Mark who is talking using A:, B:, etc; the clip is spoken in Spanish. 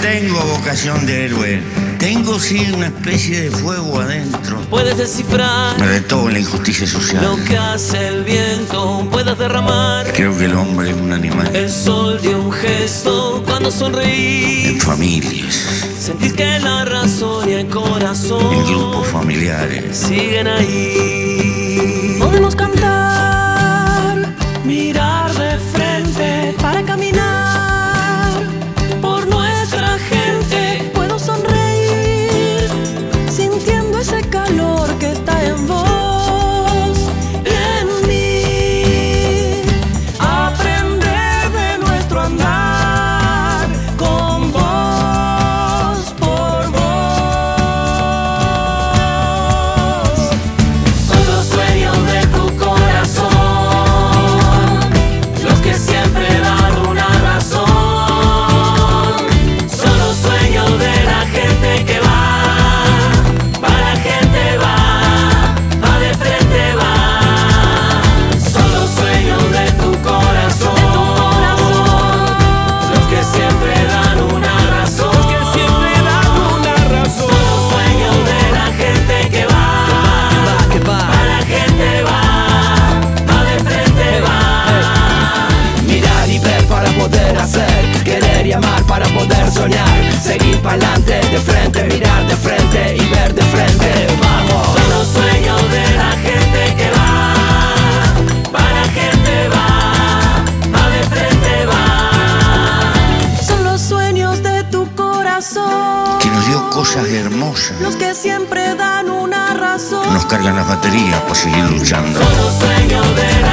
A: tengo vocación de héroe. Tengo sí una especie de fuego adentro.
B: Puedes descifrar
A: Sobre todo en la injusticia
B: lo
A: social.
B: que hace el viento, puedes derramar
A: Creo que el hombre es un animal.
B: el sol de un gesto cuando
A: En
B: sonríes.
A: familias,
B: Sentís que la razón y el
A: en
B: corazón
A: grupos familiares.
B: siguen ahí.
C: Podemos cantar
B: Mirar de frente
C: para caminar.
B: por nuestra gente.
C: Puedo sonreír sintiendo ese calor que está en vos, en mí. Aprender de nuestro andar con vos, por vos.
B: Son los sueños de tu corazón, los que siempre dan una razón. Son los sueños de la gente que va, va la gente va, va de frente va. Son los sueños de tu corazón, los que siempre dan una razón. Los que siempre dan una razón. Son los sueños de la gente que va. A la gente va, va de frente va.
D: Mirar y ver para poder hacer Querer y amar para poder soñar Seguir pa'lante, de frente, mirar de frente y ver de frente Vamos
B: Son los sueños de la gente que va. Va la gente va, va de frente va.
C: Son los sueños de tu corazón,
A: Que nos dio cosas hermosas.
C: los que siempre dan una razón.
A: Nos cargan las baterías para seguir luchando.
B: Son los sueños de la